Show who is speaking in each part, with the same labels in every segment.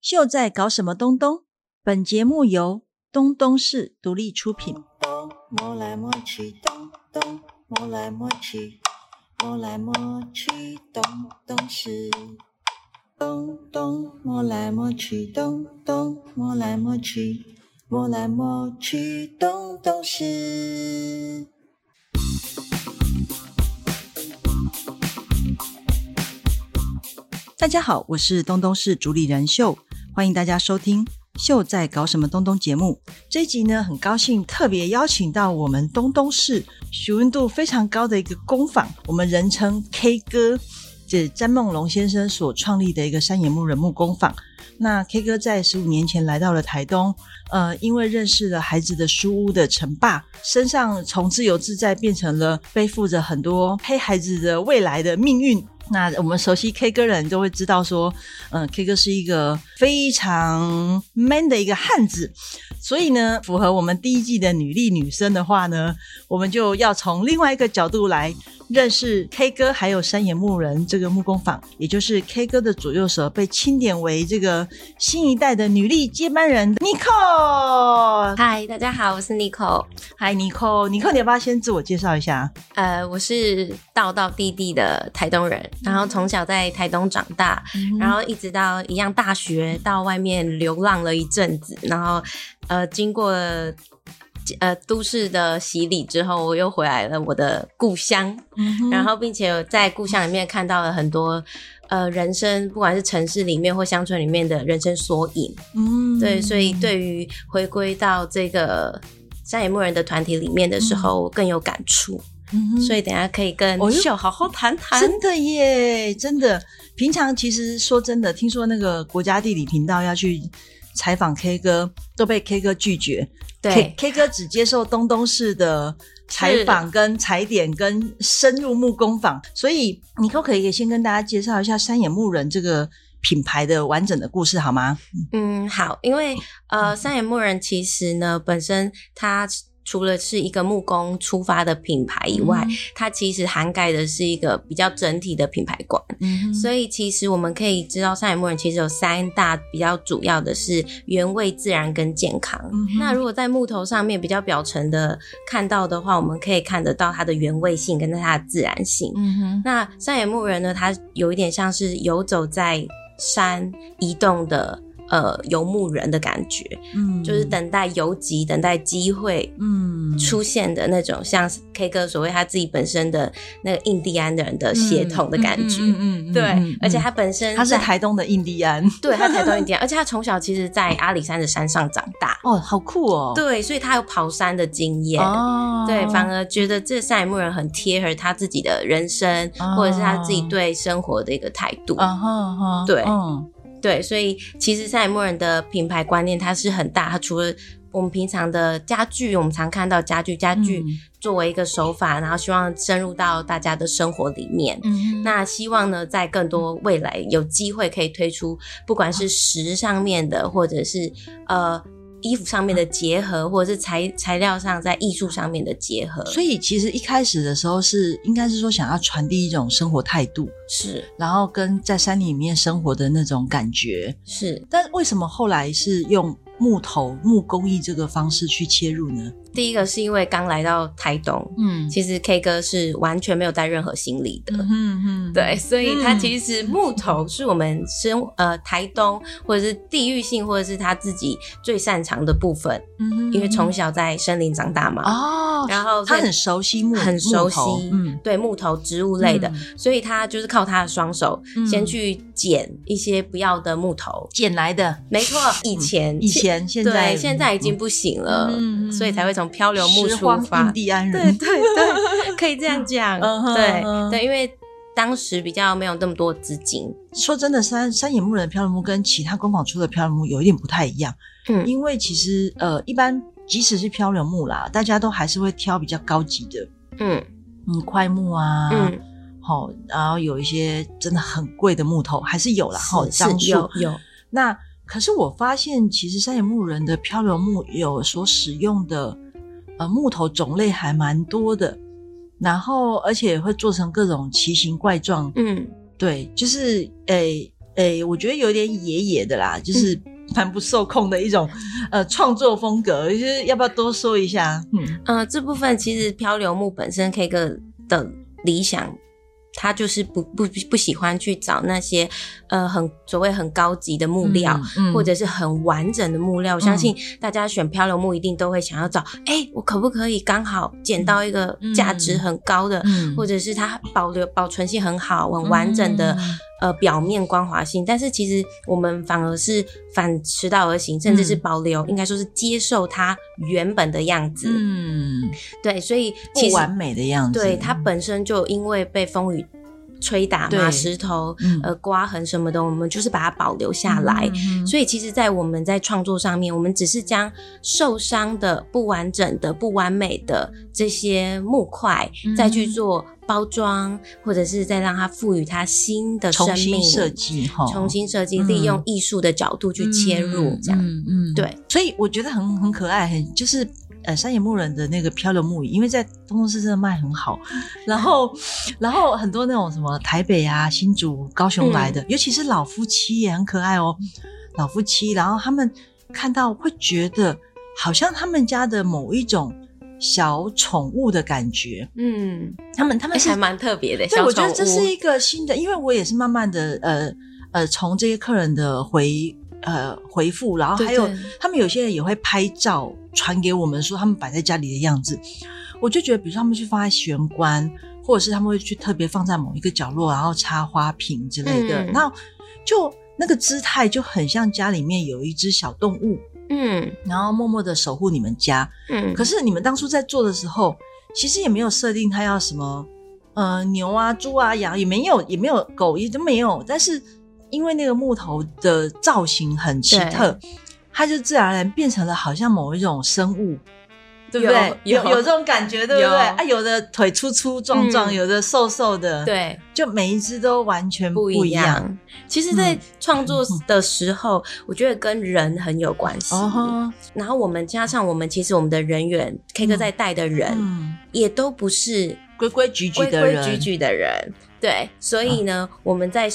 Speaker 1: 秀在搞什么东东？本节目由东东市独立出品。
Speaker 2: 东摸来摸去，东东摸来摸去，摸来摸去，东东是。东东摸来摸去，东东摸来摸去，摸来摸去，东东是。
Speaker 1: 大家好，我是东东市主理人秀，欢迎大家收听《秀在搞什么东东》节目。这一集呢，很高兴特别邀请到我们东东市询问度非常高的一个工坊，我们人称 K 哥，这詹梦龙先生所创立的一个山野木人木工坊。那 K 哥在十五年前来到了台东，呃，因为认识了孩子的书屋的陈爸，身上从自由自在变成了背负着很多黑孩子的未来的命运。那我们熟悉 K 歌人都会知道说，嗯、k 歌是一个非常 man 的一个汉子，所以呢，符合我们第一季的女力女生的话呢，我们就要从另外一个角度来认识 K 歌，还有山野牧人这个木工坊，也就是 K 歌的左右手被钦点为这个新一代的女力接班人 Nico。
Speaker 3: 嗨，大家好，我是 Nico，
Speaker 1: 嗨，Nico，Nico，你要不要先自我介绍一下？
Speaker 3: 呃，我是道道弟弟的台东人，然后从小在台东长大，嗯
Speaker 1: 嗯
Speaker 3: 然后一直到一样大学，到外面流浪了一阵子，然后呃，经过呃都市的洗礼之后，我又回来了我的故乡，
Speaker 1: 嗯哼，
Speaker 3: 然后并且在故乡里面看到了很多。呃，人生不管是城市里面或乡村里面的人生缩影，
Speaker 1: 嗯
Speaker 3: 对，所以对于回归到这个山野牧人的团体里面的时候，我更有感触。
Speaker 1: 嗯哼
Speaker 3: 所以等一下可以跟
Speaker 1: 哦哟
Speaker 3: 秀好好谈谈。
Speaker 1: 真的耶，真的。平常其实说真的，听说那个国家地理频道要去采访 K 哥，都被 K 哥拒绝。
Speaker 3: 对
Speaker 1: K，K 哥只接受东东市的采
Speaker 3: 是
Speaker 1: 访、跟踩点、跟深入木工坊。所以，你可不可以先跟大家介绍一下山野木人这个品牌的完整的故事好吗？
Speaker 3: 嗯，好，因
Speaker 1: 哦
Speaker 3: 为呃，三眼木人其实呢，本身它除了是一个木工出发的品牌以外，
Speaker 1: 嗯
Speaker 3: 它其实涵盖的是一个比较整体的品牌观。
Speaker 1: 嗯，
Speaker 3: 所以其实我们可以知道，山野牧人其实有三大比较主要的是原味、自然跟健康。
Speaker 1: 嗯哼
Speaker 3: 那如果在木头上面比较表层的看到的话，我们可以看得到它的原味性跟它的自然性。
Speaker 1: 嗯哼，
Speaker 3: 那山野牧人呢，他有一点像是游走在山移动的呃游牧人的感觉，
Speaker 1: 嗯
Speaker 3: 就是，等待游击、等待机会
Speaker 1: 嗯，
Speaker 3: 出现的那种，像 K 哥所谓他自己本身的那个印第安人的血统的感觉。
Speaker 1: 嗯嗯嗯嗯
Speaker 3: 对，
Speaker 1: 嗯
Speaker 3: 而且他本身
Speaker 1: 他是
Speaker 3: 在
Speaker 1: 台东的印第安，
Speaker 3: 对他台东印第安，而且他从小其实，在阿里山的山上长大，
Speaker 1: 哦，好酷哦，
Speaker 3: 对，所以他有跑山的经验。
Speaker 1: 哦，
Speaker 3: 对，反而觉得这山野牧人很贴合他自己的人生，
Speaker 1: 哦
Speaker 3: 或者是他自己对生活的一个态度。
Speaker 1: 啊哈哈，
Speaker 3: 对
Speaker 1: 嗯
Speaker 3: 对，所以其实山野牧人的品牌观念它是很大，它除了我们平常的家具，我们常看到家具，家具
Speaker 1: 嗯
Speaker 3: 作为一个手法，然后希望深入到大家的生活里面。
Speaker 1: 嗯
Speaker 3: 那希望呢，在更多未来有机会可以推出，不管是食上面的，或者是呃衣服上面
Speaker 1: 嗯
Speaker 3: 的结合，或者是材材料上在艺术上面的结合。
Speaker 1: 所以其实一开始的时候是应该是说想要传递一种生活态度，
Speaker 3: 是
Speaker 1: 然后跟在山里面生活的那种感觉。
Speaker 3: 是，
Speaker 1: 但为什么后来是用木头木工艺这个方式去切入呢？
Speaker 3: 第一个是因为刚来到台东，
Speaker 1: 嗯
Speaker 3: 其实 K 哥是完全没有带任何行李的。
Speaker 1: 嗯嗯，
Speaker 3: 对，所以它
Speaker 1: 嗯
Speaker 3: 其实木头是我们生呃台东或者是地域性或者是他自己最擅长的部分，
Speaker 1: 嗯
Speaker 3: 因为从小在森林长大嘛，
Speaker 1: 哦，
Speaker 3: 然后
Speaker 1: 他
Speaker 3: 所以
Speaker 1: 很熟悉木，
Speaker 3: 很熟
Speaker 1: 木
Speaker 3: 悉
Speaker 1: 头，嗯，
Speaker 3: 对木头植物类的，
Speaker 1: 嗯
Speaker 3: 所以他就是靠他的双手
Speaker 1: 嗯
Speaker 3: 先去捡一些不要的木头。
Speaker 1: 捡来的。
Speaker 3: 没错，以前
Speaker 1: 嗯以前现在
Speaker 3: 对现在已经不行了，
Speaker 1: 嗯嗯嗯
Speaker 3: 所以才会从漂流木
Speaker 1: 拾
Speaker 3: 出
Speaker 1: 荒
Speaker 3: 发
Speaker 1: 印。第安
Speaker 3: 对
Speaker 1: 人，
Speaker 3: 对对， 可以这样讲。
Speaker 1: 嗯哼
Speaker 3: 对
Speaker 1: 嗯
Speaker 3: 对，因为当时比较没有那么多资金，
Speaker 1: 说真的，山山野木人的漂流木跟其他工坊出的漂流木有一点不太一样，
Speaker 3: 嗯
Speaker 1: 因为其实呃，一般即使是漂流木啦，大家都还是会挑比较高级的，
Speaker 3: 嗯
Speaker 1: 嗯，块木啊，
Speaker 3: 嗯，
Speaker 1: 好、然后有一些真的很贵的木头还是有啦，哈，
Speaker 3: 是
Speaker 1: 樟
Speaker 3: 是有
Speaker 1: 树
Speaker 3: 有，
Speaker 1: 那可是我发现，其实山野木人的漂流木有所使用的呃木头种类还蛮多的，然后而且会做成各种奇形怪状
Speaker 3: 嗯
Speaker 1: 对，就是诶、诶、我觉得有点野野的啦，就是蛮不受控的一种呃创作风格，就是要不要多说一下？嗯
Speaker 3: 呃，这部分其实漂流木本身 K 哥的理想，他就是不不不喜欢去找那些呃很所谓很高级的木料。
Speaker 1: 嗯
Speaker 3: 或者是很完整的木料，我相信大家选漂流木一定都会想要找，哎、我可不可以刚好捡到一个价值很高的，
Speaker 1: 嗯
Speaker 3: 或者是它保留保存性很好、很完整的、
Speaker 1: 嗯
Speaker 3: 呃表面光滑性，但是其实我们反而是反迟到而行，甚至
Speaker 1: 嗯
Speaker 3: 是保留，应该说是接受它原本的样子。
Speaker 1: 嗯，
Speaker 3: 对，所以其
Speaker 1: 不
Speaker 3: 实
Speaker 1: 完美的样子，
Speaker 3: 对它本身就因为被风雨吹打嘛，
Speaker 1: 对
Speaker 3: 石头、
Speaker 1: 嗯
Speaker 3: 呃刮痕什么的，我们就是把它保留下来。
Speaker 1: 嗯
Speaker 3: 所以，其实，在我们在创作上面，我们只是将受伤的、不完整的、不完美的这些木块，
Speaker 1: 嗯
Speaker 3: 再去做包装，或者是再让它赋予它新的生
Speaker 1: 重新
Speaker 3: 命，
Speaker 1: 设计哈，
Speaker 3: 重新设计，
Speaker 1: 嗯
Speaker 3: 利用艺术的角度去切入，这样。
Speaker 1: 嗯嗯，
Speaker 3: 对，
Speaker 1: 所以我觉得很很可爱，很就是呃山野牧人的那个漂流木椅，因为在东东市真的卖很好，
Speaker 3: 嗯
Speaker 1: 然后然后很多那种什么台北啊、新竹、高雄来
Speaker 3: 嗯
Speaker 1: 的，尤其是老夫妻也很可爱哦，老夫妻，然后他们看到会觉得好像他们家的某一种小宠物的感觉，
Speaker 3: 嗯，
Speaker 1: 他们他
Speaker 3: 而
Speaker 1: 们
Speaker 3: 且
Speaker 1: 是
Speaker 3: 还蛮特别的。
Speaker 1: 对，
Speaker 3: 小
Speaker 1: 我觉得
Speaker 3: 宠
Speaker 1: 这
Speaker 3: 物
Speaker 1: 是一个新的，因为我也是慢慢的呃呃，从这些客人的回呃回复，然后
Speaker 3: 对
Speaker 1: 还有
Speaker 3: 对
Speaker 1: 他们有些人也会拍照传给我们，说他们摆在家里的样子，我就觉得，比如说他们去放在玄关，或者是他们会去特别放在某一个角落，然后插花瓶之类的，
Speaker 3: 嗯
Speaker 1: 那就那个姿态就很像家里面有一只小动物，
Speaker 3: 嗯
Speaker 1: 然后默默的守护你们家，
Speaker 3: 嗯，
Speaker 1: 可是你们当初在做的时候，其实也没有设定它要什么，呃，牛啊、猪啊、羊也没有，也没有狗，也都没有。但是因为那个木头的造型很奇特，它就自然而然变成了好像某一种生物，对不对？
Speaker 3: 有
Speaker 1: 有
Speaker 3: 有
Speaker 1: 这种感觉，对不
Speaker 3: 有
Speaker 1: 对？啊，有的腿粗粗壮壮，
Speaker 3: 嗯
Speaker 1: 有的瘦瘦的，，
Speaker 3: 对。
Speaker 1: 就每一只都完全
Speaker 3: 不
Speaker 1: 不
Speaker 3: 一
Speaker 1: 样。嗯
Speaker 3: 样。其实，在创作的时候，我觉得跟人很有关系。
Speaker 1: 哦吼，
Speaker 3: 然后我们加上我们，其实我们的人员，K 哥在带的人、
Speaker 1: 嗯，
Speaker 3: 也都不是
Speaker 1: 规规矩矩
Speaker 3: 规
Speaker 1: 的
Speaker 3: 规
Speaker 1: 人，嗯
Speaker 3: 矩矩的人，对。所以呢，我们在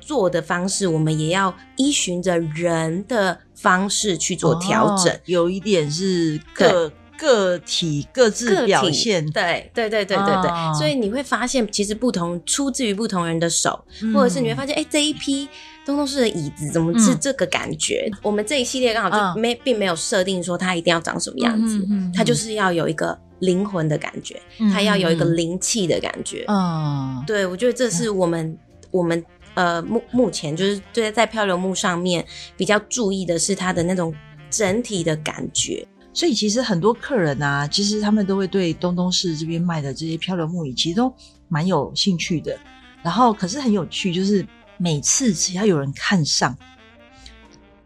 Speaker 3: 做的方式，我们也要依循着人的方式去做调整。
Speaker 1: 哦有一点是个个体各自
Speaker 3: 个
Speaker 1: 表
Speaker 3: 体
Speaker 1: 现，
Speaker 3: 对对对对对对，
Speaker 1: 哦
Speaker 3: 所以你会发现，其实不同出自于不同人的手，
Speaker 1: 嗯
Speaker 3: 或者是你会发现，哎、这一批东东式的椅子怎么是
Speaker 1: 嗯
Speaker 3: 这个感觉？我们这一系列刚好
Speaker 1: 嗯
Speaker 3: 就没、并没有设定说它一定要长什么样
Speaker 1: 嗯
Speaker 3: 子，
Speaker 1: 嗯嗯
Speaker 3: 它就是要有一个灵魂的感觉，它要有一个灵气的感觉。
Speaker 1: 嗯，
Speaker 3: 对，我觉得这是我们、我们呃目目前就是对在漂流木上面比较注意的是它的那种整体的感觉。
Speaker 1: 所以其实很多客人啊，其实他们都会对东东市这边卖的这些漂流木椅，其实都蛮有兴趣的。然后可是很有趣，就是每次只要有人看上，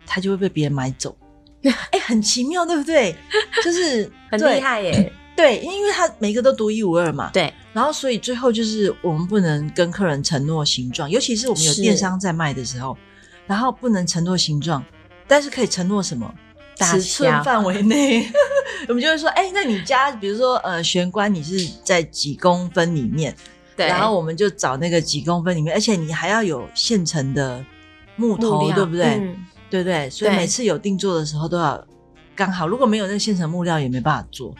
Speaker 1: 他就会被别人买 走。哎、很奇妙，对不对？就是
Speaker 3: 很
Speaker 1: 对
Speaker 3: 厉害耶！
Speaker 1: 对，因为他每个都独一无二嘛。
Speaker 3: 对，
Speaker 1: 然后所以最后就是我们不能跟客人承诺形状，尤其是我们有
Speaker 3: 是
Speaker 1: 电商在卖的时候，然后不能承诺形状，但是可以承诺什么？
Speaker 3: 大
Speaker 1: 尺寸
Speaker 3: 小
Speaker 1: 范围内， 我们就会说，哎、那你家比如说呃玄关你是在几公分里面，
Speaker 3: 对，
Speaker 1: 然后我们就找那个几公分里面，而且你还要有现成的木头，对不对？
Speaker 3: 嗯
Speaker 1: 对不对？所以
Speaker 3: 对
Speaker 1: 每次有定做的时候都要刚好，如果没有那个现成木料也没办法做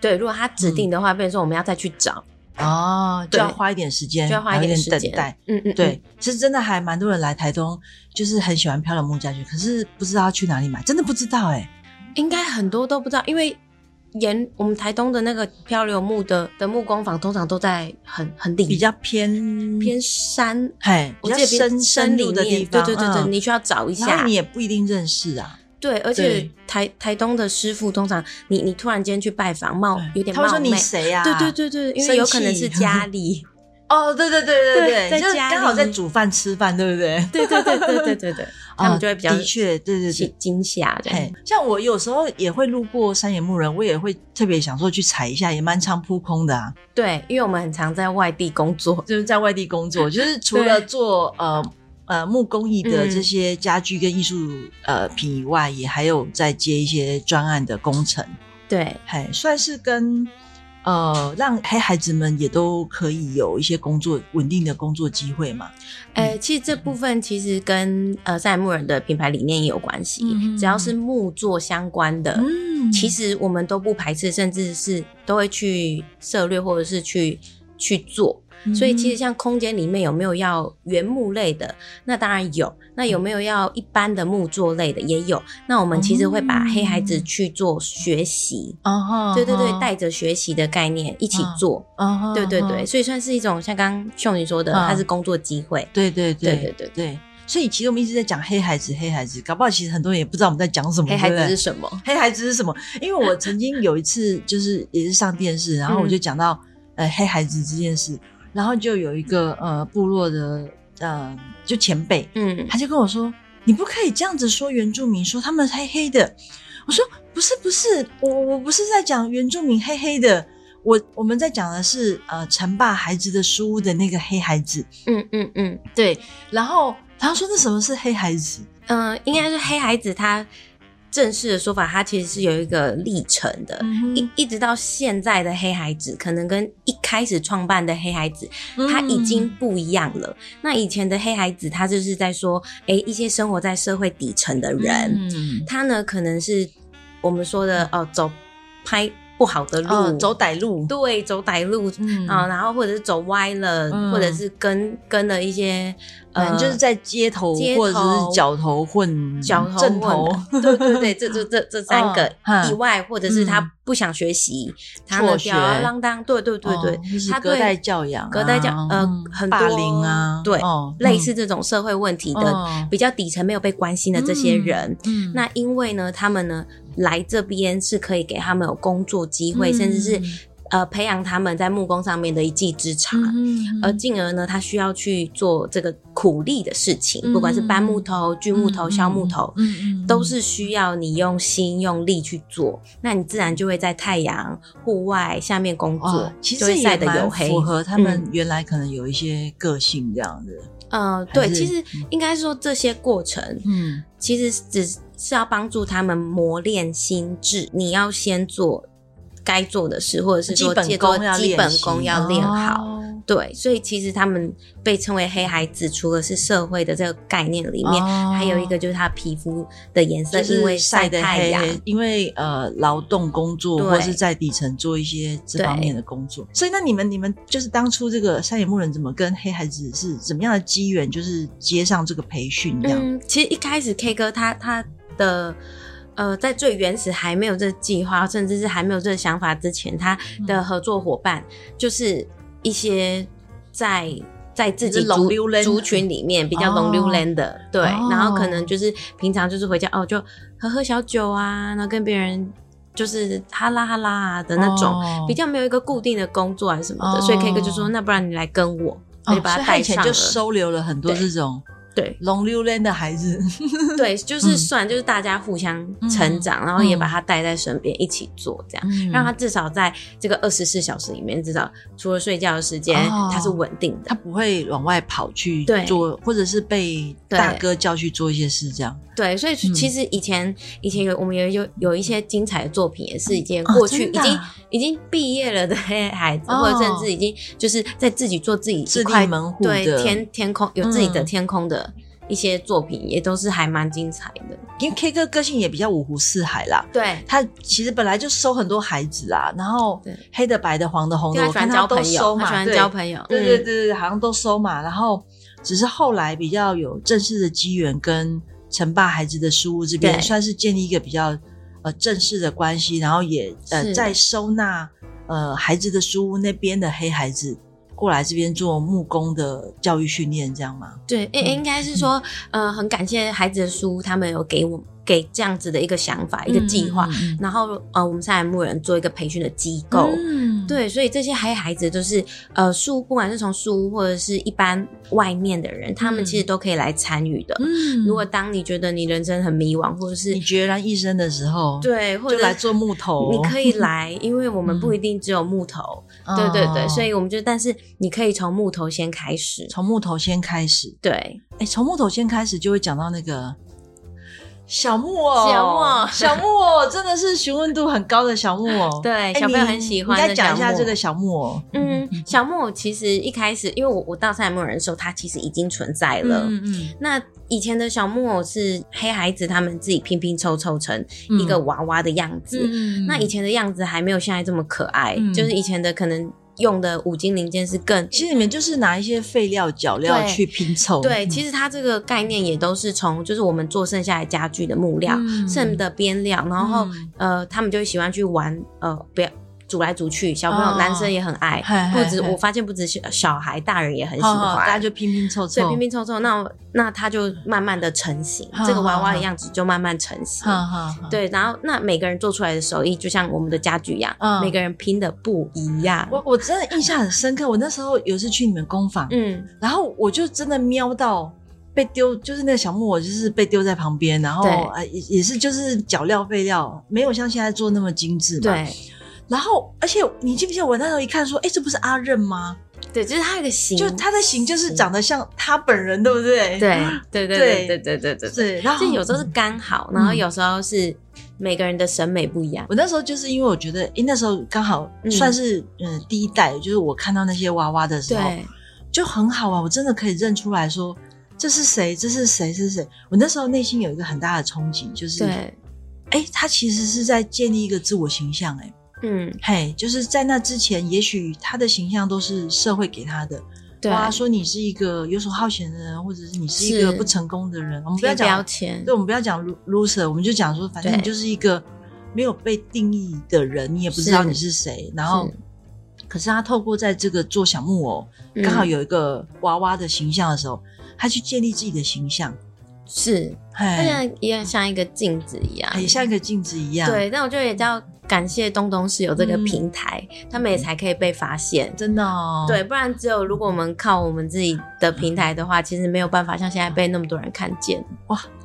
Speaker 3: 对，如果他
Speaker 1: 嗯
Speaker 3: 指定的话，变成说我们要再去找，
Speaker 1: 哦，就要
Speaker 3: 对
Speaker 1: 花一点时间，
Speaker 3: 就要花
Speaker 1: 然后
Speaker 3: 一
Speaker 1: 有点
Speaker 3: 点时间
Speaker 1: 等待。。
Speaker 3: 嗯嗯，嗯
Speaker 1: 对，是真的还蛮多人来台东，就是很喜欢漂流木家具，可是不知道去哪里买，真的不知道哎、
Speaker 3: 应该很多都不知道，因为沿我们台东的那个漂流木的的木工坊，通常都在很很里
Speaker 1: 比较偏
Speaker 3: 偏山，
Speaker 1: 嘿，比
Speaker 3: 我
Speaker 1: 较
Speaker 3: 记得偏
Speaker 1: 深深
Speaker 3: 里
Speaker 1: 入的地
Speaker 3: 面
Speaker 1: 方，
Speaker 3: 对对对对，
Speaker 1: 嗯
Speaker 3: 你需要找一
Speaker 1: 然后
Speaker 3: 下
Speaker 1: 你。也不一定认识啊，
Speaker 3: 对，而且
Speaker 1: 对
Speaker 3: 台台东的师傅通常你你突然间去拜访，冒哦有点
Speaker 1: 他会
Speaker 3: 冒
Speaker 1: 说你
Speaker 3: 昧。
Speaker 1: 谁呀、啊？
Speaker 3: 对对，对对，因
Speaker 1: 生
Speaker 3: 为有可能
Speaker 1: 气
Speaker 3: 是家里，
Speaker 1: 哦，对对对对
Speaker 3: 对在
Speaker 1: 就是
Speaker 3: 家
Speaker 1: 刚好在
Speaker 3: 里
Speaker 1: 煮饭吃饭，对不对？啊
Speaker 3: 对对对对对对对，他们就会比较
Speaker 1: 的确，对 对对
Speaker 3: 惊。惊吓这
Speaker 1: 嘿
Speaker 3: 样。，
Speaker 1: 像我有时候也会路过山野牧人，我也会特别想说去踩一下，也蛮常扑空的啊。
Speaker 3: 对，因为我们很常在外地工作，
Speaker 1: 就是在外地工作，就是除了
Speaker 3: 对
Speaker 1: 做呃呃木工艺的
Speaker 3: 嗯
Speaker 1: 这些家具跟艺术呃品以外，也还有在接一些专案的工程，
Speaker 3: 对，
Speaker 1: 嘿，算是跟呃，让黑孩子们也都可以有一些工作稳定的工作机会嘛。
Speaker 3: 哎、其实这部分其实跟呃赛木人的品牌理念也有关系，
Speaker 1: 嗯
Speaker 3: 只要是木作相关的，
Speaker 1: 嗯
Speaker 3: 其实我们都不排斥，甚至是都会去涉略或者是去去做。
Speaker 1: 嗯
Speaker 3: 所以其实像空间里面有没有要原木类的，那当然有；那有没有要一般的木作类的也有。那我们其实会把黑孩子去做学习，
Speaker 1: 哦哈，
Speaker 3: 对对对，带着学习的概念一起做，
Speaker 1: 哦哈，
Speaker 3: 对对对，所以算是一种像刚刚秀女说的，
Speaker 1: 嗯
Speaker 3: 它是工作机会。
Speaker 1: 对对对
Speaker 3: 对对对
Speaker 1: 对。所以其实我们一直在讲黑孩子，黑孩子，搞不好其实很多人也不知道我们在讲什么，
Speaker 3: 黑孩
Speaker 1: 对
Speaker 3: 子
Speaker 1: 不对
Speaker 3: 是什么？
Speaker 1: 黑孩子是什么？因为我曾经有一次就是也是上电视，然后我就讲到、呃黑孩子这件事，然后就有一个呃部落的呃就前辈，
Speaker 3: 嗯
Speaker 1: 他就跟我说：“你不可以这样子说原住民，说他们黑黑的。”我说：“不是，不是，我我我不是在讲原住民黑黑的，我我们在讲的是呃陈霸孩子的书的那个黑孩子。
Speaker 3: 嗯嗯嗯”
Speaker 1: 对，然后他说：“那什么是黑孩子
Speaker 3: 嗯、呃应该是黑孩子他正式的说法，它其实是有一个历程的。？”
Speaker 1: 嗯
Speaker 3: 一一直到现在的黑孩子，可能跟一开始创办的黑孩子，他已经不一样了。那以前的黑孩子，他就是在说，诶，一些生活在社会底层的人，
Speaker 1: 嗯
Speaker 3: 他呢可能是我们说的哦，走拍不好的路，
Speaker 1: 哦走歹路，
Speaker 3: 对走歹路
Speaker 1: 嗯
Speaker 3: 啊、然后或者是走歪了，
Speaker 1: 嗯
Speaker 3: 或者是跟跟了一些呃
Speaker 1: 反正就是在街头
Speaker 3: 嗯街头
Speaker 1: 或者是角头混
Speaker 3: 脚头
Speaker 1: 正头
Speaker 3: 头，对对对，这这这这 三个
Speaker 1: 嗯嗯
Speaker 3: 以外，或者是
Speaker 1: 嗯
Speaker 3: 他不想学习，他
Speaker 1: 辍
Speaker 3: 呢
Speaker 1: 学
Speaker 3: 吊儿郎当，对对对对
Speaker 1: 哦，就是
Speaker 3: 他
Speaker 1: 隔
Speaker 3: 对
Speaker 1: 代教养啊，
Speaker 3: 隔代教呃
Speaker 1: 嗯
Speaker 3: 很
Speaker 1: 霸
Speaker 3: 多
Speaker 1: 凌啊，
Speaker 3: 对
Speaker 1: 哦
Speaker 3: 类似这种社会问题的
Speaker 1: 哦
Speaker 3: 比较底层没有被关心的这些人，
Speaker 1: 嗯
Speaker 3: 那因为呢，他们呢来这边是可以给他们有工作机会，
Speaker 1: 嗯
Speaker 3: 甚至是呃培养他们在木工上面的一技之长。
Speaker 1: 嗯
Speaker 3: 而进而呢，他需要去做这个苦力的事情，
Speaker 1: 嗯
Speaker 3: 不管是搬木头、锯木头、削木头，
Speaker 1: 嗯
Speaker 3: 都是需要你用心用力去做，那你自然就会在太阳、户外下面工作
Speaker 1: 嗯哇，，其
Speaker 3: 就
Speaker 1: 实
Speaker 3: 会晒
Speaker 1: 也
Speaker 3: 得
Speaker 1: 蛮
Speaker 3: 黝黑。
Speaker 1: 符合他们原来可能有一些个性这样子，
Speaker 3: 嗯、对，
Speaker 1: 还是
Speaker 3: 其实应该说这些过程，
Speaker 1: 嗯
Speaker 3: 其实只是要帮助他们磨练心智。你要先做该做的事，或者是
Speaker 1: 基
Speaker 3: 说
Speaker 1: 本
Speaker 3: 借
Speaker 1: 功
Speaker 3: 多
Speaker 1: 要
Speaker 3: 基
Speaker 1: 练
Speaker 3: 本
Speaker 1: 习
Speaker 3: 功要练好。
Speaker 1: 哦
Speaker 3: 对，所以其实他们被称为黑孩子，除了是社会的这个概念里面，
Speaker 1: 哦
Speaker 3: 还有一个就是他皮肤的颜色，
Speaker 1: 就
Speaker 3: 因为
Speaker 1: 是晒的
Speaker 3: 太
Speaker 1: 黑
Speaker 3: 阳，
Speaker 1: 黑，因为呃劳动工作
Speaker 3: 对
Speaker 1: 或是在底层做一些这方面的工作。所以那你们你们就是当初这个山野牧人怎么跟黑孩子是怎么样的机缘，就是接上这个培训这样？
Speaker 3: 嗯，其实一开始 K 哥他他的呃，在最原始还没有这个计划，甚至是还没有这个想法之前，他
Speaker 1: 嗯
Speaker 3: 的合作伙伴就是一些在。在自己
Speaker 1: 就是龙
Speaker 3: 族
Speaker 1: 溜人
Speaker 3: 族群里面比较
Speaker 1: 哦
Speaker 3: 龙溜人的，对，
Speaker 1: 哦
Speaker 3: 然后可能就是平常就是回家哦，就喝喝小酒啊，然后跟别人就是哈拉哈拉啊的那种，
Speaker 1: 哦
Speaker 3: 比较没有一个固定的工作啊什么的，所以
Speaker 1: 哦
Speaker 3: K 哥就说，那不然你来跟我，我
Speaker 1: 哦
Speaker 3: 就把
Speaker 1: 所以
Speaker 3: 他
Speaker 1: 他以
Speaker 3: 带
Speaker 1: 前
Speaker 3: 上了。
Speaker 1: 就收留了很多
Speaker 3: 对
Speaker 1: 这种
Speaker 3: 对，
Speaker 1: 龙溜溜的孩 子，
Speaker 3: 对，
Speaker 1: 嗯
Speaker 3: 就是算就是大家互相成长，然后也把他带在身边一起做，这样、
Speaker 1: 嗯
Speaker 3: 让他至少在这个二十四小时里面，至少除了睡觉的时间，
Speaker 1: 哦
Speaker 3: 他是稳定的。
Speaker 1: 他不会往外跑去
Speaker 3: 对
Speaker 1: 做，或者是被
Speaker 3: 对
Speaker 1: 大哥叫去做一些事这样。
Speaker 3: 对，所以
Speaker 1: 嗯
Speaker 3: 其实以前、以前有我们有有有一些精彩的作品，也是已经
Speaker 1: 哦
Speaker 3: 过去、
Speaker 1: 真
Speaker 3: 已
Speaker 1: 的啊
Speaker 3: 经已经毕业了的孩子，
Speaker 1: 哦
Speaker 3: 或者甚至已经就是在自己做自己
Speaker 1: 自
Speaker 3: 一
Speaker 1: 立
Speaker 3: 块
Speaker 1: 门户
Speaker 3: 对
Speaker 1: 的
Speaker 3: 天天空有自己的
Speaker 1: 嗯
Speaker 3: 天空的一些作品，也都是还蛮精彩的。
Speaker 1: 因为 K 哥个性也比较五湖四海啦，
Speaker 3: 对，
Speaker 1: 他其实本来就收很多孩子啦，然后
Speaker 3: 对
Speaker 1: 黑的、白的、黄的、红
Speaker 3: 因
Speaker 1: 的，
Speaker 3: 为他
Speaker 1: 我
Speaker 3: 喜
Speaker 1: 看
Speaker 3: 欢
Speaker 1: 他
Speaker 3: 交
Speaker 1: 都
Speaker 3: 朋
Speaker 1: 收
Speaker 3: 友，
Speaker 1: 嘛，
Speaker 3: 他喜欢
Speaker 1: 对
Speaker 3: 交朋友，
Speaker 1: 对
Speaker 3: 嗯
Speaker 1: 对对对，好像都收嘛。然后只是后来比较有正式的机缘，跟陈爸孩子的书屋这边
Speaker 3: 对
Speaker 1: 算是建立一个比较呃正式的关系，然后也呃
Speaker 3: 是
Speaker 1: 在收纳呃孩子的书屋那边的黑孩子过来这边做木工的教育训练，这样吗？
Speaker 3: 对，应
Speaker 1: 嗯
Speaker 3: 应该是说，呃，很感谢孩子的书，他们有给我给这样子的一个想法、一个计划，
Speaker 1: 嗯
Speaker 3: 然后呃，我们上海牧人做一个培训的机构。
Speaker 1: 嗯，
Speaker 3: 对，所以这些孩孩子都是呃书，不管是从书屋或者是一般外面的人，他们其实都可以来参与的。
Speaker 1: 嗯
Speaker 3: 如果当你觉得你人生很迷惘，或者是
Speaker 1: 你决然一生的时候，，
Speaker 3: 对，或
Speaker 1: 就
Speaker 3: 者
Speaker 1: 来做木头，
Speaker 3: 你可以 来，因为我们不一定只有木头。对对对，
Speaker 1: 哦
Speaker 3: 所以我们就但是你可以从木头先开始。
Speaker 1: 从木头先开始。
Speaker 3: 对，
Speaker 1: 哎，从木头先开始就会讲到那个小木偶，
Speaker 3: 小木偶
Speaker 1: 小木偶真的是询问度很高的小木偶。
Speaker 3: 对
Speaker 1: 哎，
Speaker 3: 小朋友
Speaker 1: 你
Speaker 3: 很喜
Speaker 1: 你
Speaker 3: 欢
Speaker 1: 应该
Speaker 3: 的
Speaker 1: 讲
Speaker 3: 小
Speaker 1: 一下
Speaker 3: 木
Speaker 1: 这个
Speaker 3: 偶
Speaker 1: 小木偶。
Speaker 3: 嗯，小木偶其实一开始，因为我我到赛莫人的时候，它其实已经存在了。
Speaker 1: 嗯
Speaker 3: 那以前的小木偶是黑孩子他们自己拼拼凑凑成
Speaker 1: 嗯
Speaker 3: 一个娃娃的样子。
Speaker 1: 嗯
Speaker 3: 那以前的样子还没有现在这么可爱，
Speaker 1: 嗯
Speaker 3: 就是以前的可能用的五金零件是更。
Speaker 1: 其实你们就是拿一些废料、脚料
Speaker 3: 对
Speaker 1: 去拼凑。
Speaker 3: 对，
Speaker 1: 嗯
Speaker 3: 其实它这个概念也都是从就是我们做剩下的家具的木料、
Speaker 1: 嗯
Speaker 3: 剩的边料，然后、
Speaker 1: 嗯
Speaker 3: 呃，他们就会喜欢去玩，呃，不要煮来煮去，小朋友、
Speaker 1: 哦
Speaker 3: 男生也很爱
Speaker 1: 嗨嗨，
Speaker 3: 不 止
Speaker 1: 嗨
Speaker 3: 我发现不止小小孩，大人也很喜
Speaker 1: 好
Speaker 3: 欢，
Speaker 1: 好，
Speaker 3: 嗯
Speaker 1: 大家就拼拼凑凑，
Speaker 3: 所哦以拼拼凑凑，那那它就慢慢的成型
Speaker 1: 好，
Speaker 3: 这个娃
Speaker 1: 好
Speaker 3: 娃的
Speaker 1: 好
Speaker 3: 样子就慢慢成型。
Speaker 1: 好好好。
Speaker 3: 对，然后那每个人做出来的手艺，就像我们的家具一样，
Speaker 1: 嗯
Speaker 3: 每个人拼的不一样。
Speaker 1: 我我真的印象很深刻，我那时候有一次去你们工坊，
Speaker 3: 嗯，
Speaker 1: 然后我就真的瞄到被丢，就是那个小木偶就是被丢在旁边，然后
Speaker 3: 对
Speaker 1: 呃也也是就是脚料废料，没有像现在做那么精致嘛。。
Speaker 3: 对
Speaker 1: 然后而且你记不记得我那时候一看说，哎，这不是阿任吗？
Speaker 3: 对，就是它有个形，
Speaker 1: 就他的形就是长得像他本人，对不对？
Speaker 3: 对对对
Speaker 1: 对
Speaker 3: 啊对对对对对对，
Speaker 1: 对。然后
Speaker 3: 就有时候是哦嗯刚好，然后有时候是每个人的审美不一样。
Speaker 1: 我那时候就是因为我觉得，诶，那时候刚好
Speaker 3: 嗯
Speaker 1: 算是嗯、呃第一代，就是我看到那些娃娃的时候，
Speaker 3: 对，
Speaker 1: 就很好啊玩，我真的可以认出来说这是谁，这是谁，这是谁。我那时候内心有一个很大的冲击，就是
Speaker 3: 对，
Speaker 1: 哎、他其实是在建立一个自我形象、诶，
Speaker 3: 嗯，
Speaker 1: 哎，嘿，就是在那之前，也许他的形象都是社会给他的，
Speaker 3: 对，
Speaker 1: 哇，说你是一个游手好闲的人，或者是你是一个
Speaker 3: 是
Speaker 1: 不成功的人，我们不要
Speaker 3: 贴标
Speaker 1: 讲，
Speaker 3: 签
Speaker 1: 对，，我们不要讲 lo- loser，我们就讲说，反正
Speaker 3: 对
Speaker 1: 你就是一个没有被定义的人，你也不知
Speaker 3: 是
Speaker 1: 道你是谁，然后。可是他透过在这个做小木偶，
Speaker 3: 嗯
Speaker 1: 刚好有一个娃娃的形象的时候，他去建立自己的形象，
Speaker 3: 是，哎它
Speaker 1: 哎，
Speaker 3: 像也像一个镜子一样，
Speaker 1: 很像一个镜子一样。，
Speaker 3: 对，但我觉得也要感谢东东是有这个平台，他们也才可以被发现。
Speaker 1: 真的哦。
Speaker 3: 对，，不然只有如果我们靠我们自己的平台的话，其实没有办法像现在被那么多人看见。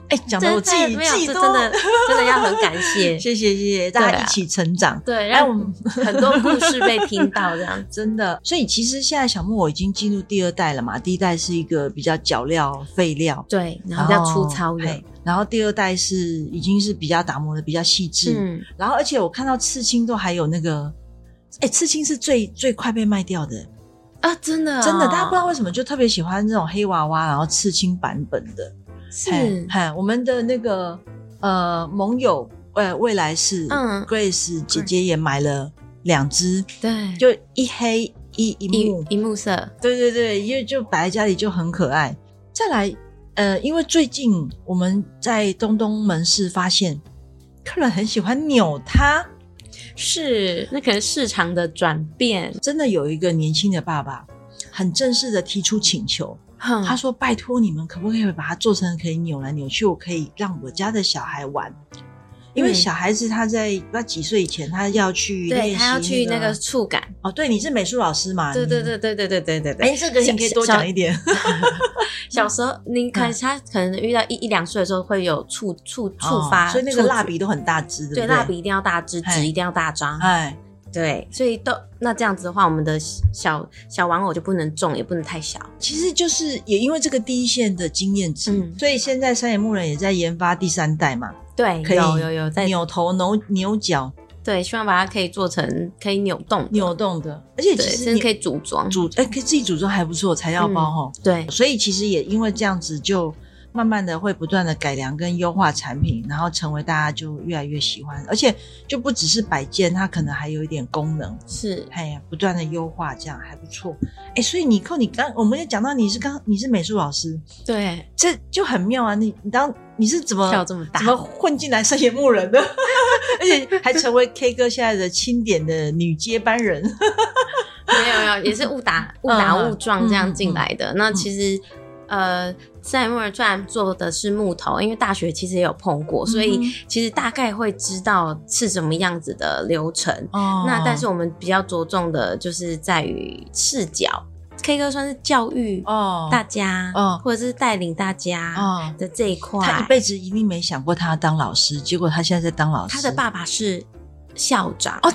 Speaker 1: 哎，讲的我自己
Speaker 3: 没有，
Speaker 1: 自己
Speaker 3: 这
Speaker 1: 都
Speaker 3: 真的真的要很感谢。
Speaker 1: 谢谢谢谢大
Speaker 3: 对
Speaker 1: 家
Speaker 3: 啊
Speaker 1: 一起成长，
Speaker 3: 对，啊
Speaker 1: 哎
Speaker 3: 让
Speaker 1: 我
Speaker 3: 我
Speaker 1: 们
Speaker 3: 们很多故事被听到，这样
Speaker 1: 真的。所以其实现在小木偶已经进入第二代了嘛，第一代是一个比较脚料废料，
Speaker 3: 对，然后叫粗糙
Speaker 1: 哦嘿
Speaker 3: 的，
Speaker 1: 然后第二代是已经是比较打磨的比较细致，
Speaker 3: 嗯，
Speaker 1: 然后而且我看到刺青都还有那个，哎，刺青是最最快被卖掉的，
Speaker 3: 啊，真的哦、
Speaker 1: 真的，大家不知道为什么就特别喜欢这种黑娃娃，然后刺青版本的。
Speaker 3: 是，
Speaker 1: 嗨，我们的那个呃盟友呃未来是
Speaker 3: 嗯
Speaker 1: Grace 姐姐也买了两只，
Speaker 3: 对，
Speaker 1: 就嗯一黑一一木
Speaker 3: 一，一幕色，
Speaker 1: 对对对，因为就摆在家里就很可爱。再来，呃，因为最近我们在东东门市发现，客人很喜欢扭它。
Speaker 3: 是，那可能市场的转变，
Speaker 1: 真的有一个年轻的爸爸，很正式的提出请求，
Speaker 3: 哼
Speaker 1: 他说：“拜托你们，可不可以把它做成可以扭来扭去，我可以让我家的小孩玩。”因为
Speaker 3: 嗯
Speaker 1: 小孩子他在他几岁以前，他要去
Speaker 3: 对
Speaker 1: 练习、那个，
Speaker 3: 他要去那个触感，
Speaker 1: 哦，对，你是美术老师嘛？
Speaker 3: 对对
Speaker 1: 你，
Speaker 3: 对对对对对对对。
Speaker 1: 哎，这个你可以多讲一点。
Speaker 3: 小时候，你看
Speaker 1: 嗯
Speaker 3: 他可能遇到一一两岁的时候会有触触触发、
Speaker 1: 哦所以那个
Speaker 3: 触觉
Speaker 1: 蜡笔都很大支，对
Speaker 3: 对
Speaker 1: 不
Speaker 3: 蜡笔一定要大支，
Speaker 1: 哎
Speaker 3: 纸一定要大张，
Speaker 1: 哎，
Speaker 3: 对，所以都那这样子的话，我们的小小玩偶就不能重，也不能太小，
Speaker 1: 其实就是也因为这个第一线的经验值，
Speaker 3: 嗯
Speaker 1: 所以现在山野牧人也在研发第三代嘛，
Speaker 3: 对，
Speaker 1: 可以
Speaker 3: 有有有在
Speaker 1: 扭头扭扭脚
Speaker 3: 对，希望把它可以做成可以扭动的，
Speaker 1: 扭动的，而且
Speaker 3: 对，
Speaker 1: 其实
Speaker 3: 甚
Speaker 1: 你
Speaker 3: 至可以组装，
Speaker 1: 组哎、可以自己组装还不错，材料包
Speaker 3: 嗯
Speaker 1: 吼。
Speaker 3: 对，
Speaker 1: 所以其实也因为这样子，就慢慢的会不断的改良跟优化产品，然后成为大家就越来越喜欢，而且就不只是摆件，它可能还有一点功能，
Speaker 3: 是，
Speaker 1: 哎呀，不断的优化，这样还不错。哎，所以你扣你刚我们也讲到你是刚你是美术老师，
Speaker 3: 对，
Speaker 1: 这就很妙啊！你你当你是怎么
Speaker 3: 跳这么大
Speaker 1: 怎，呃么混进来山野牧人的， 而且还成为 K 哥现在的钦点的女接班人。
Speaker 3: 没有没有，也是误打误打误撞这样进来的。那其实，呃，塞莫尔虽然做的是木头，因为大学其实也有碰过，所以
Speaker 1: 嗯
Speaker 3: 其实大概会知道是什么样子的流程。
Speaker 1: 哦
Speaker 3: 那但是我们比较着重的就是在于视角，K 哥算是教育
Speaker 1: 哦，
Speaker 3: 大家，
Speaker 1: 哦
Speaker 3: 或者是带领大家
Speaker 1: 哦，
Speaker 3: 的这一块。
Speaker 1: 他一辈子一定没想过他要当老师，结果他现在在当老师。
Speaker 3: 他的爸爸是校长
Speaker 1: 哦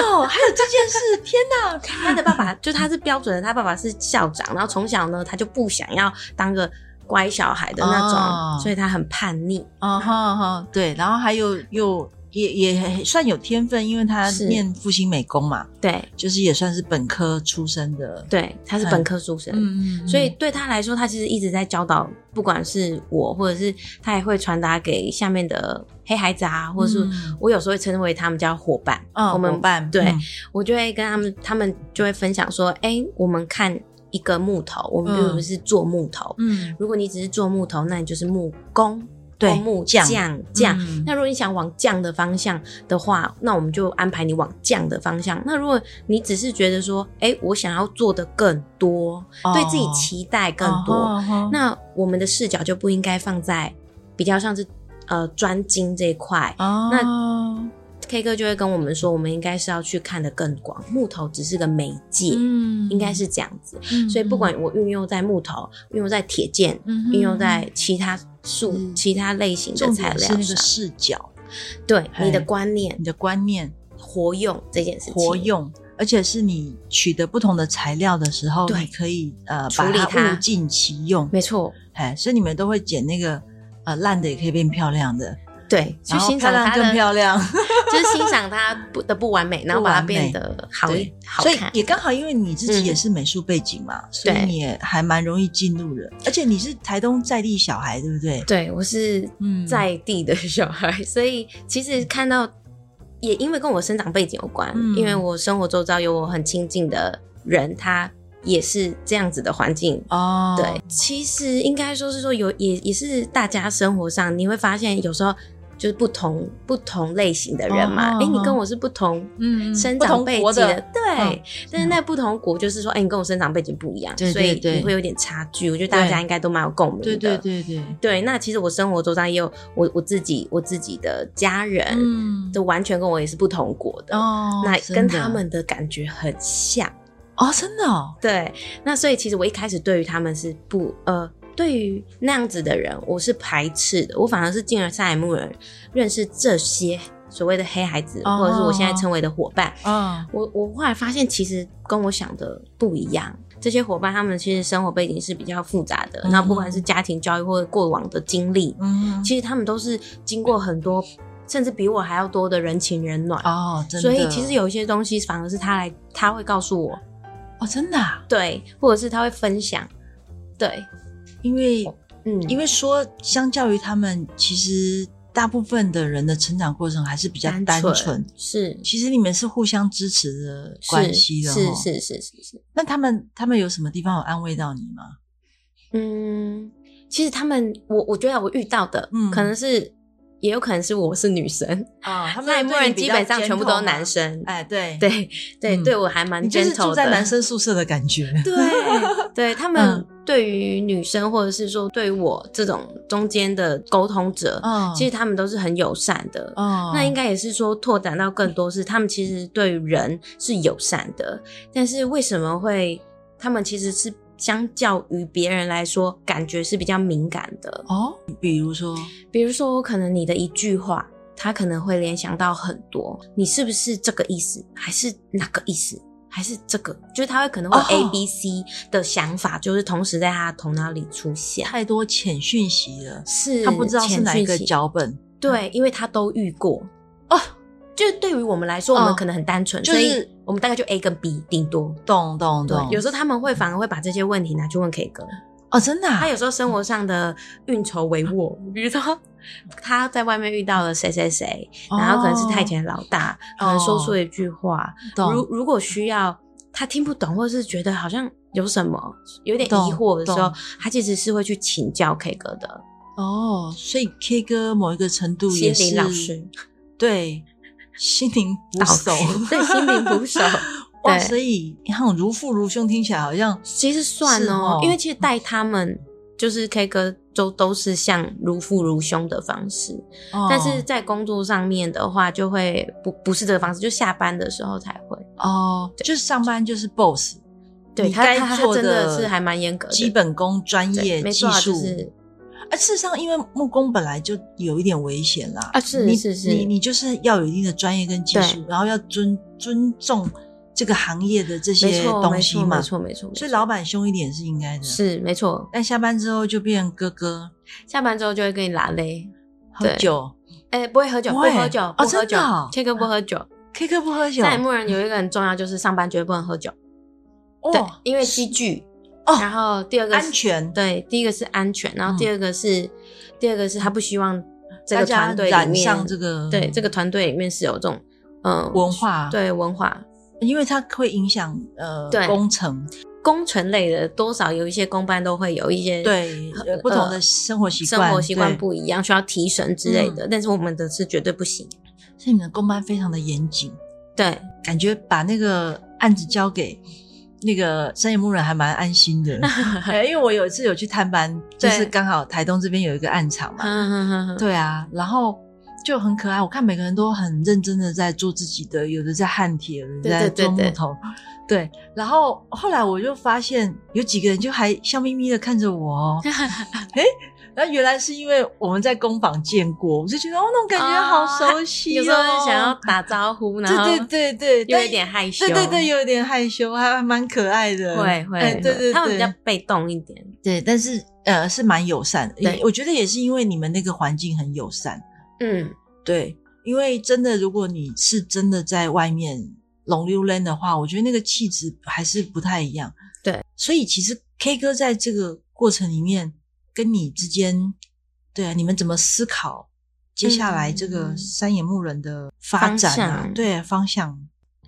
Speaker 1: 哦，还有这件 事，天哪！
Speaker 3: 他的爸爸就他是标准的，他爸爸是校长，然后从小呢他就不想要当个乖小孩的那种，
Speaker 1: 哦
Speaker 3: 所以他很叛逆。
Speaker 1: 哦哈哈，对，然后还有又也也算有天分，因为他
Speaker 3: 是
Speaker 1: 念复兴美工嘛，
Speaker 3: 对
Speaker 1: 就是也算是本科出身的，
Speaker 3: 对，他是本科出身，
Speaker 1: 嗯，嗯
Speaker 3: 所以对他来说，他其实一直在教导，不管是我，或者是他也会传达给下面的黑孩子啊，或者是
Speaker 1: 嗯
Speaker 3: 我有时候会称为他们叫伙伴。
Speaker 1: 嗯，
Speaker 3: 我们
Speaker 1: 伙伴
Speaker 3: 对
Speaker 1: 嗯
Speaker 3: 我就会跟他们，他们就会分享说：“哎、我们看一个木头，我们
Speaker 1: 嗯
Speaker 3: 并不是做木头。
Speaker 1: 嗯，
Speaker 3: 如果你只是做木头，那你就是木工，
Speaker 1: 对
Speaker 3: 或木
Speaker 1: 匠
Speaker 3: 匠匠。
Speaker 1: 嗯
Speaker 3: 那如果你想往匠的方向的话，那我们就安排你往匠的方向。那如果你只是觉得说，哎、我想要做的更多，对自己
Speaker 1: 哦
Speaker 3: 期待更多，
Speaker 1: 哦哈哈
Speaker 3: 那我们的视角就不应该放在比较像是呃专精这一块。
Speaker 1: 哦，
Speaker 3: K 哥就会跟我们说，我们应该是要去看得更广，木头只是个媒介，
Speaker 1: 嗯
Speaker 3: 应该是这样子。
Speaker 1: 嗯
Speaker 3: 所以不管我运用在木头，运用在铁件，
Speaker 1: 嗯哼
Speaker 3: 运用在其他树、
Speaker 1: 嗯
Speaker 3: 其他类型的
Speaker 1: 重
Speaker 3: 材
Speaker 1: 点是
Speaker 3: 料
Speaker 1: 那个
Speaker 3: 上，
Speaker 1: 视角、
Speaker 3: 对
Speaker 1: 哎
Speaker 3: 你的观念
Speaker 1: 你的观念、
Speaker 3: 活用这件事情，
Speaker 1: 活用，而且是你取得不同的材料的时候，
Speaker 3: 对
Speaker 1: 你可以呃
Speaker 3: 处
Speaker 1: 把
Speaker 3: 理
Speaker 1: 它
Speaker 3: 它
Speaker 1: 物尽其用，
Speaker 3: 没错，
Speaker 1: 哎，所以你们都会捡那个呃烂的也可以变漂亮的，
Speaker 3: 对，去
Speaker 1: 然后
Speaker 3: 欣
Speaker 1: 漂
Speaker 3: 赏
Speaker 1: 亮
Speaker 3: 它
Speaker 1: 更
Speaker 3: 的，
Speaker 1: 漂亮，
Speaker 3: 就是欣赏它不的不完美，然后把它变得好
Speaker 1: 对
Speaker 3: 好
Speaker 1: 所以
Speaker 3: 看。
Speaker 1: 也刚好，因为你自己
Speaker 3: 嗯
Speaker 1: 也是美术背景嘛，所以
Speaker 3: 对
Speaker 1: 你也还蛮容易进入的。而且你是台东在地小孩，对不对？
Speaker 3: 对我是
Speaker 1: 嗯
Speaker 3: 在地的小孩，所以其实看到也因为跟我生长背景有关，
Speaker 1: 嗯
Speaker 3: 因为我生活周遭有我很亲近的人，他也是这样子的环境。
Speaker 1: 哦，
Speaker 3: 对，其实应该说是说有也也是大家生活上你会发现有时候就是不同不同类型的人嘛，
Speaker 1: 哦
Speaker 3: 哎、
Speaker 1: 哦
Speaker 3: 你跟
Speaker 1: 哦
Speaker 3: 我是不同
Speaker 1: 嗯，嗯
Speaker 3: 生
Speaker 1: 不
Speaker 3: 长
Speaker 1: 同
Speaker 3: 背
Speaker 1: 国
Speaker 3: 景
Speaker 1: 的，
Speaker 3: 对，
Speaker 1: 嗯
Speaker 3: 但是那不同国就是说，哎、你跟我生长背景不一样，
Speaker 1: 对对
Speaker 3: 所以
Speaker 1: 对
Speaker 3: 你会有点差距。我觉得大
Speaker 1: 对
Speaker 3: 家应该都蛮有共鸣的，
Speaker 1: 对对对对，
Speaker 3: 对，那其实我生活周遭也有我我自己我自己的家人，
Speaker 1: 嗯，
Speaker 3: 呃都完全跟我也是不同国的，
Speaker 1: 哦，
Speaker 3: 那
Speaker 1: 真
Speaker 3: 跟
Speaker 1: 的
Speaker 3: 他们的感觉很像。
Speaker 1: 哦，真的哦，
Speaker 3: 对，那所以其实我一开始对于他们是不呃，对于那样子的人我是排斥的，我反而是进而萨尔木人认识这些所谓的黑孩子，
Speaker 1: 哦
Speaker 3: 或者是我现在称为的伙伴。
Speaker 1: 嗯
Speaker 3: 我我后来发现，其实跟我想的不一样。这些伙伴他们其实生活背景是比较复杂的，
Speaker 1: 嗯
Speaker 3: 那不管是家庭教育或者过往的经历，
Speaker 1: 嗯，
Speaker 3: 其实他们都是经过很多，甚至比我还要多的人情冷暖。
Speaker 1: 哦，真的，
Speaker 3: 所以其实有一些东西反而是他来，他会告诉我，
Speaker 1: 哦，真的啊，
Speaker 3: 对，或者是他会分享，对，
Speaker 1: 因为
Speaker 3: 嗯，
Speaker 1: 因
Speaker 3: 为
Speaker 1: 为说，相较于他们，其实大部分的人的成长过程还是比较单纯。
Speaker 3: 是
Speaker 1: 其实你们是互相支持的关系的
Speaker 3: 是
Speaker 1: 哦
Speaker 3: 是是是是，
Speaker 1: 那他们他们有什么地方有安慰到你吗？
Speaker 3: 嗯，其实他们，我我觉得我遇到的，
Speaker 1: 嗯
Speaker 3: 可能是也有可能是我是女生，
Speaker 1: 啊，他
Speaker 3: 哦那一波人基本上全部都是男。生，
Speaker 1: 哎，对，
Speaker 3: 对对，
Speaker 1: 嗯
Speaker 3: 对我还蛮
Speaker 1: 你就是
Speaker 3: gentle
Speaker 1: 住
Speaker 3: 的，
Speaker 1: 在男生宿舍的感觉。
Speaker 3: 对，对他们
Speaker 1: 嗯
Speaker 3: 对于女生或者是说对于我这种中间的沟通者，
Speaker 1: 嗯
Speaker 3: 其实他们都是很友善的。
Speaker 1: 哦
Speaker 3: 那应该也是说拓展到更多是他们其实对于人是友善的，但是为什么会他们其实是相较于别人来说感觉是比较敏感的？
Speaker 1: 哦，比如说，
Speaker 3: 比如说，可能你的一句话，他可能会联想到很多，你是不是这个意思，还是哪个意思，还是这个？就是他会可能会
Speaker 1: 哦
Speaker 3: A、B、C 的想法，就是同时在他的头脑里出现。
Speaker 1: 太多浅讯息了，
Speaker 3: 是
Speaker 1: 他不知道是哪一个
Speaker 3: 潜讯息
Speaker 1: 脚本，
Speaker 3: 对，因为他都遇过
Speaker 1: 哦。
Speaker 3: 就是对于我们来说，我
Speaker 1: 哦
Speaker 3: 们可能很单纯，
Speaker 1: 就是
Speaker 3: 所以我们大概就 A 跟 B 顶多。
Speaker 1: 懂懂
Speaker 3: 对
Speaker 1: 懂，。
Speaker 3: 有时候他们会反而会把这些问题拿去问 K 哥，
Speaker 1: 哦，真的啊
Speaker 3: 他有时候生活上的运筹帷幄，比如说他在外面遇到了谁谁谁，然后可能是他以前的老大，可能说出了一句话，
Speaker 1: 哦懂
Speaker 3: 如如果需要他听不懂，或者是觉得好像有什么有点疑
Speaker 1: 懂
Speaker 3: 惑的时候
Speaker 1: 懂，
Speaker 3: 他其实是会去请教 K 哥的
Speaker 1: 哦，所以 K 歌某一个程度
Speaker 3: 心
Speaker 1: 也是
Speaker 3: 灵老师、
Speaker 1: 对心灵
Speaker 3: 导
Speaker 1: 捕
Speaker 3: 师
Speaker 1: 手，
Speaker 3: 对心灵捕手。
Speaker 1: 哇，
Speaker 3: 对
Speaker 1: 所以那种如父如兄听起来好像
Speaker 3: 其实算
Speaker 1: 是
Speaker 3: 哦
Speaker 1: 哦，
Speaker 3: 因为其实带他们就是 K 哥都都是像如父如兄的方式，
Speaker 1: 哦
Speaker 3: 但是在工作上面的话，就会不不是这个方式，就下班的时候才会。
Speaker 1: 哦，就是上班就是 boss，
Speaker 3: 对
Speaker 1: 你
Speaker 3: 他
Speaker 1: 该
Speaker 3: 他他
Speaker 1: 做
Speaker 3: 真的是还蛮严格的
Speaker 1: 基本功、专
Speaker 3: 对
Speaker 1: 业
Speaker 3: 没
Speaker 1: 技
Speaker 3: 错啊，
Speaker 1: 术
Speaker 3: 就。是
Speaker 1: 啊，事实上，因为木工本来就有一点危险啦。
Speaker 3: 啊是
Speaker 1: 你
Speaker 3: 是是
Speaker 1: 你你就是要有一定的专业跟技术，然后要尊尊重这个行业的这
Speaker 3: 没
Speaker 1: 些
Speaker 3: 错，
Speaker 1: 东
Speaker 3: 没
Speaker 1: 西
Speaker 3: 错，
Speaker 1: 嘛
Speaker 3: 没，错，没错。
Speaker 1: 所以
Speaker 3: 没错
Speaker 1: 老板凶一点是应该的。，
Speaker 3: 是没错，
Speaker 1: 但下班之后就变哥哥，
Speaker 3: 下班之后就会跟你拉嘞。
Speaker 1: 喝
Speaker 3: 对
Speaker 1: 酒
Speaker 3: 哎、不会喝酒，
Speaker 1: 不
Speaker 3: 不
Speaker 1: 会
Speaker 3: 喝酒
Speaker 1: 哦，
Speaker 3: 不喝
Speaker 1: 真的
Speaker 3: 酒
Speaker 1: 哦，
Speaker 3: 切哥不喝酒。
Speaker 1: ，K 歌不喝酒，
Speaker 3: 在牧人有一个很重要，就是上班绝对不能喝酒，对
Speaker 1: 哦，
Speaker 3: 因为积聚。
Speaker 1: 哦
Speaker 3: 然后第二个是
Speaker 1: 安，全，嗯
Speaker 3: 对，第一个是安全，然后第二个是，第二个是他不希望这
Speaker 1: 大
Speaker 3: 个
Speaker 1: 家
Speaker 3: 团队
Speaker 1: 染
Speaker 3: 里面，
Speaker 1: 上这个
Speaker 3: 对这个团队里面是有这种嗯
Speaker 1: 文化，，
Speaker 3: 对文化
Speaker 1: 因为它会影响呃
Speaker 3: 对
Speaker 1: 工程，
Speaker 3: 工程类的，多少有一些公办都会有一些
Speaker 1: 对呃不同的生活习
Speaker 3: 生
Speaker 1: 惯，
Speaker 3: 活习惯
Speaker 1: 对，嗯
Speaker 3: 不一样，需要提神之类的，但是我们的是绝对不行。
Speaker 1: 所以你们的公班非常的严谨，
Speaker 3: 对，
Speaker 1: 感觉把那个案子交给那个山野牧人还蛮安心 的。 哎因为我有一次有去探班，就是
Speaker 3: 对
Speaker 1: 刚好台东这边有一个暗场嘛，
Speaker 3: 嗯对
Speaker 1: 对啊，然后就很可爱。我看每个人都很认真的在做自己的，有的在焊铁，有的
Speaker 3: 对
Speaker 1: 在
Speaker 3: 对对
Speaker 1: 做木
Speaker 3: 对
Speaker 1: 头。对，然后后来我就发现有几个人就还笑眯眯的看着我 哦，哎，那原来是因为我们在工坊见过，我就觉得哦，那种感觉好
Speaker 3: 哦
Speaker 1: 熟悉、哦
Speaker 3: 有时候想要打招呼，然后
Speaker 1: 对对对对，
Speaker 3: 又
Speaker 1: 但
Speaker 3: 有点害羞，
Speaker 1: 对对对，有点害羞，还还蛮可爱的。
Speaker 3: 会会，
Speaker 1: 哎
Speaker 3: 会
Speaker 1: 对对
Speaker 3: 他们比较
Speaker 1: 对
Speaker 3: 被动一点，
Speaker 1: 对，但是呃是蛮友善的。
Speaker 3: 对
Speaker 1: 我觉得也是因为你们那个环境很友善。
Speaker 3: 嗯，
Speaker 1: 对，因为真的，如果你是真的在外面龙溜溜的话，我觉得那个气质还是不太一样。
Speaker 3: 对，
Speaker 1: 所以其实 K 哥在这个过程里面，跟你之间，对啊，你们怎么思考接下来这个
Speaker 3: 嗯
Speaker 1: 山野牧人的发
Speaker 3: 方
Speaker 1: 展啊？
Speaker 3: 向
Speaker 1: 对，方向。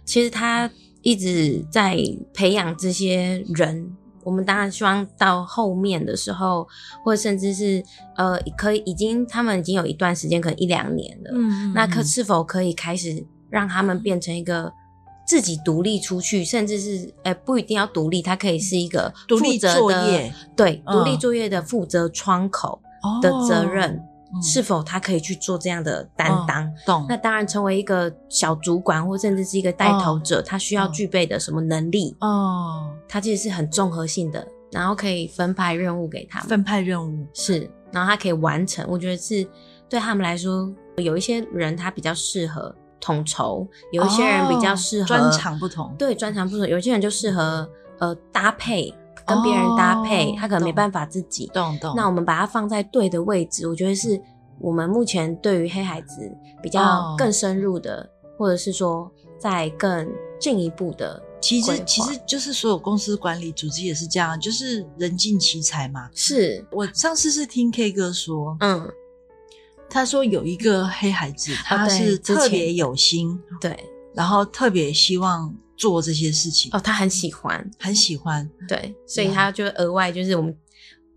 Speaker 3: 其实他一直在培养这些人。我们当然希望到后面的时候，或甚至是呃，可以已经他们已经有一段时间，可能一两年了，
Speaker 1: 嗯
Speaker 3: 那可是否可以开始让他们变成一个自己独立出去，甚至是呃不一定要独立，他可以是一个
Speaker 1: 独立
Speaker 3: 负责
Speaker 1: 作
Speaker 3: 的
Speaker 1: 业，
Speaker 3: 对，
Speaker 1: 嗯
Speaker 3: 独立作业的负责窗口的责任，
Speaker 1: 嗯
Speaker 3: 是否他可以去做这样的担当？
Speaker 1: 哦懂
Speaker 3: 那当然，成为一个小主管或甚至是一个带头者，他需
Speaker 1: 嗯
Speaker 3: 要具备的什么能力？
Speaker 1: 哦，
Speaker 3: 他其实是很综合性的，然后可以分派任务给他们。
Speaker 1: 分派任务
Speaker 3: 是，然后他可以完成。我觉得是对他们来说，有一些人他比较适合统筹，有一些人比较适合、
Speaker 1: 哦专长不同
Speaker 3: 对专长不同，有些人就适合呃搭配，跟别人搭配，
Speaker 1: 哦
Speaker 3: 他可能没
Speaker 1: 懂
Speaker 3: 办法自己。
Speaker 1: 懂懂。
Speaker 3: 那我们把它放在对的位置，我觉得是我们目前对于黑孩子比
Speaker 1: 哦
Speaker 3: 较更深入的，或者是说在更进一步的
Speaker 1: 其
Speaker 3: 规
Speaker 1: 实
Speaker 3: 划
Speaker 1: 其实就是所有公司管理组织也是这样，啊就是人尽其才嘛。
Speaker 3: 是，
Speaker 1: 我上次是听 K 哥说，
Speaker 3: 嗯，
Speaker 1: 他说有一个黑孩子，他是
Speaker 3: 啊之前
Speaker 1: 特别有心，
Speaker 3: 对，
Speaker 1: 然后特别希望做这些事情，
Speaker 3: 哦，他很喜欢，
Speaker 1: 很喜欢。
Speaker 3: 对，所以他就额外就是我们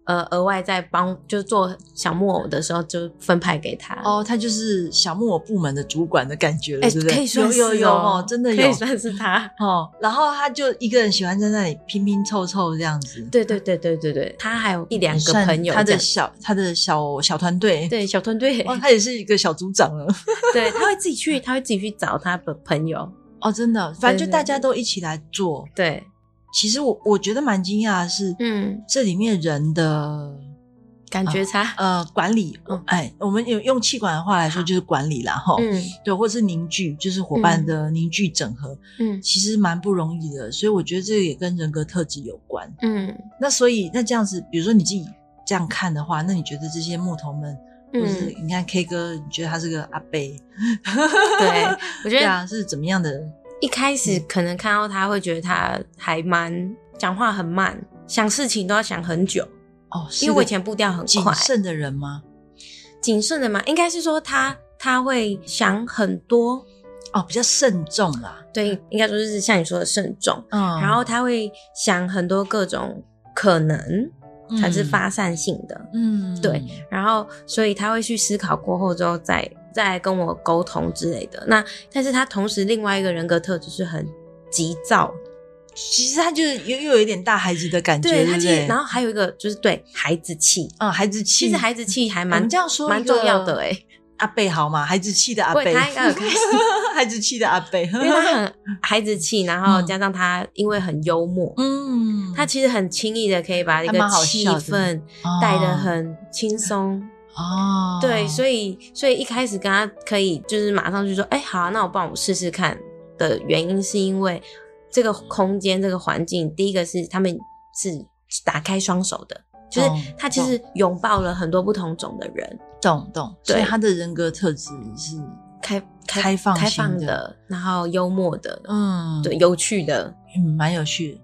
Speaker 3: 呃额外在帮就做小木偶的时候就分派给他。
Speaker 1: 哦，他就是小木偶部门的主管的感觉了，
Speaker 3: 哎，
Speaker 1: 对不对？
Speaker 3: 可以算
Speaker 1: 有
Speaker 3: 是
Speaker 1: 有有哦，真的
Speaker 3: 可
Speaker 1: 有
Speaker 3: 以算是他。
Speaker 1: 哦。然后他就一个人喜欢在那里拼拼凑凑这样子，
Speaker 3: 对对对对对对，他还有一两个
Speaker 1: 算
Speaker 3: 朋友
Speaker 1: 他的
Speaker 3: 这样。
Speaker 1: 小他的小小团队，
Speaker 3: 对小团队，
Speaker 1: 哦，他也是一个小组长了。
Speaker 3: 对，他会自己去，他会自己去找他的朋友。
Speaker 1: 哦，真的，反正
Speaker 3: 对
Speaker 1: 就
Speaker 3: 对
Speaker 1: 大家都一起来做。
Speaker 3: 对，
Speaker 1: 其实我我觉得蛮惊讶的是，
Speaker 3: 嗯，
Speaker 1: 这里面人的
Speaker 3: 感觉差，
Speaker 1: 呃管理
Speaker 3: 嗯，
Speaker 1: 哎，我们有用气管的话来说
Speaker 3: 好
Speaker 1: 就是管理啦，哈，
Speaker 3: 嗯
Speaker 1: 对，或是凝聚，就是伙伴
Speaker 3: 嗯
Speaker 1: 的凝聚整合，
Speaker 3: 嗯
Speaker 1: 其实蛮不容易的。所以我觉得这个也跟人格特质有关。
Speaker 3: 嗯
Speaker 1: 那所以那这样子，比如说你自己这样看的话，那你觉得这些木头们，或是
Speaker 3: 嗯，
Speaker 1: 你看 K 哥，你觉得他是个 阿贝，
Speaker 3: 对，我觉
Speaker 1: 对
Speaker 3: 得
Speaker 1: 啊，是怎么样的人？
Speaker 3: 一开始可能看到他会觉得他还蛮讲话很慢，想事情都要想很久，
Speaker 1: 哦，是
Speaker 3: 因为我
Speaker 1: 个
Speaker 3: 以前步调很
Speaker 1: 谨
Speaker 3: 快，
Speaker 1: 慎的人吗？
Speaker 3: 谨慎的嘛，应该是说他他会想很多，
Speaker 1: 哦，比较慎重啦。
Speaker 3: 对，应该说是像你说的慎重，
Speaker 1: 嗯
Speaker 3: 然后他会想很多各种可能，
Speaker 1: 嗯
Speaker 3: 它是，发散性的，
Speaker 1: 嗯，嗯
Speaker 3: 对，然后所以他会去思考过后之后再再跟我沟通之类的。那但是他同时另外一个人格特质是很急躁，
Speaker 1: 其实他就是又又有一点大孩子的感觉，对
Speaker 3: 他
Speaker 1: 不
Speaker 3: 其实
Speaker 1: 对？
Speaker 3: 然后还有一个就是对孩子气，
Speaker 1: 嗯，孩子气，
Speaker 3: 其实孩子气还
Speaker 1: 我
Speaker 3: 蛮
Speaker 1: 们这样说
Speaker 3: 蛮
Speaker 1: 一个
Speaker 3: 重要的哎、
Speaker 1: 阿贝好吗？孩子气的阿贝，
Speaker 3: 对他应该很开心
Speaker 1: 孩子气的阿贝，
Speaker 3: 因为他很孩子气，然后
Speaker 1: 嗯
Speaker 3: 加上他因为很幽 默，
Speaker 1: 嗯，
Speaker 3: 他其实很轻易的可以把一
Speaker 1: 还
Speaker 3: 个
Speaker 1: 蛮好
Speaker 3: 气
Speaker 1: 笑的
Speaker 3: 氛带得很轻松。
Speaker 1: 哦，
Speaker 3: 对，所
Speaker 1: 以
Speaker 3: 以所以一开始跟他可以就是马上就说，哎、好、啊，那我帮我试试看的原因是因为这个空间、这个环境，第一个是他们是打开双手的，就是
Speaker 1: 哦懂
Speaker 3: 他其实拥抱了很多不同种的人，
Speaker 1: 懂懂，所以
Speaker 3: 对
Speaker 1: 他的人格特质是，
Speaker 3: 开
Speaker 1: 开放
Speaker 3: 开
Speaker 1: 型
Speaker 3: 放
Speaker 1: 的
Speaker 3: 的，然后幽默的，
Speaker 1: 嗯，
Speaker 3: 对，有趣的。
Speaker 1: 嗯，蛮有趣的。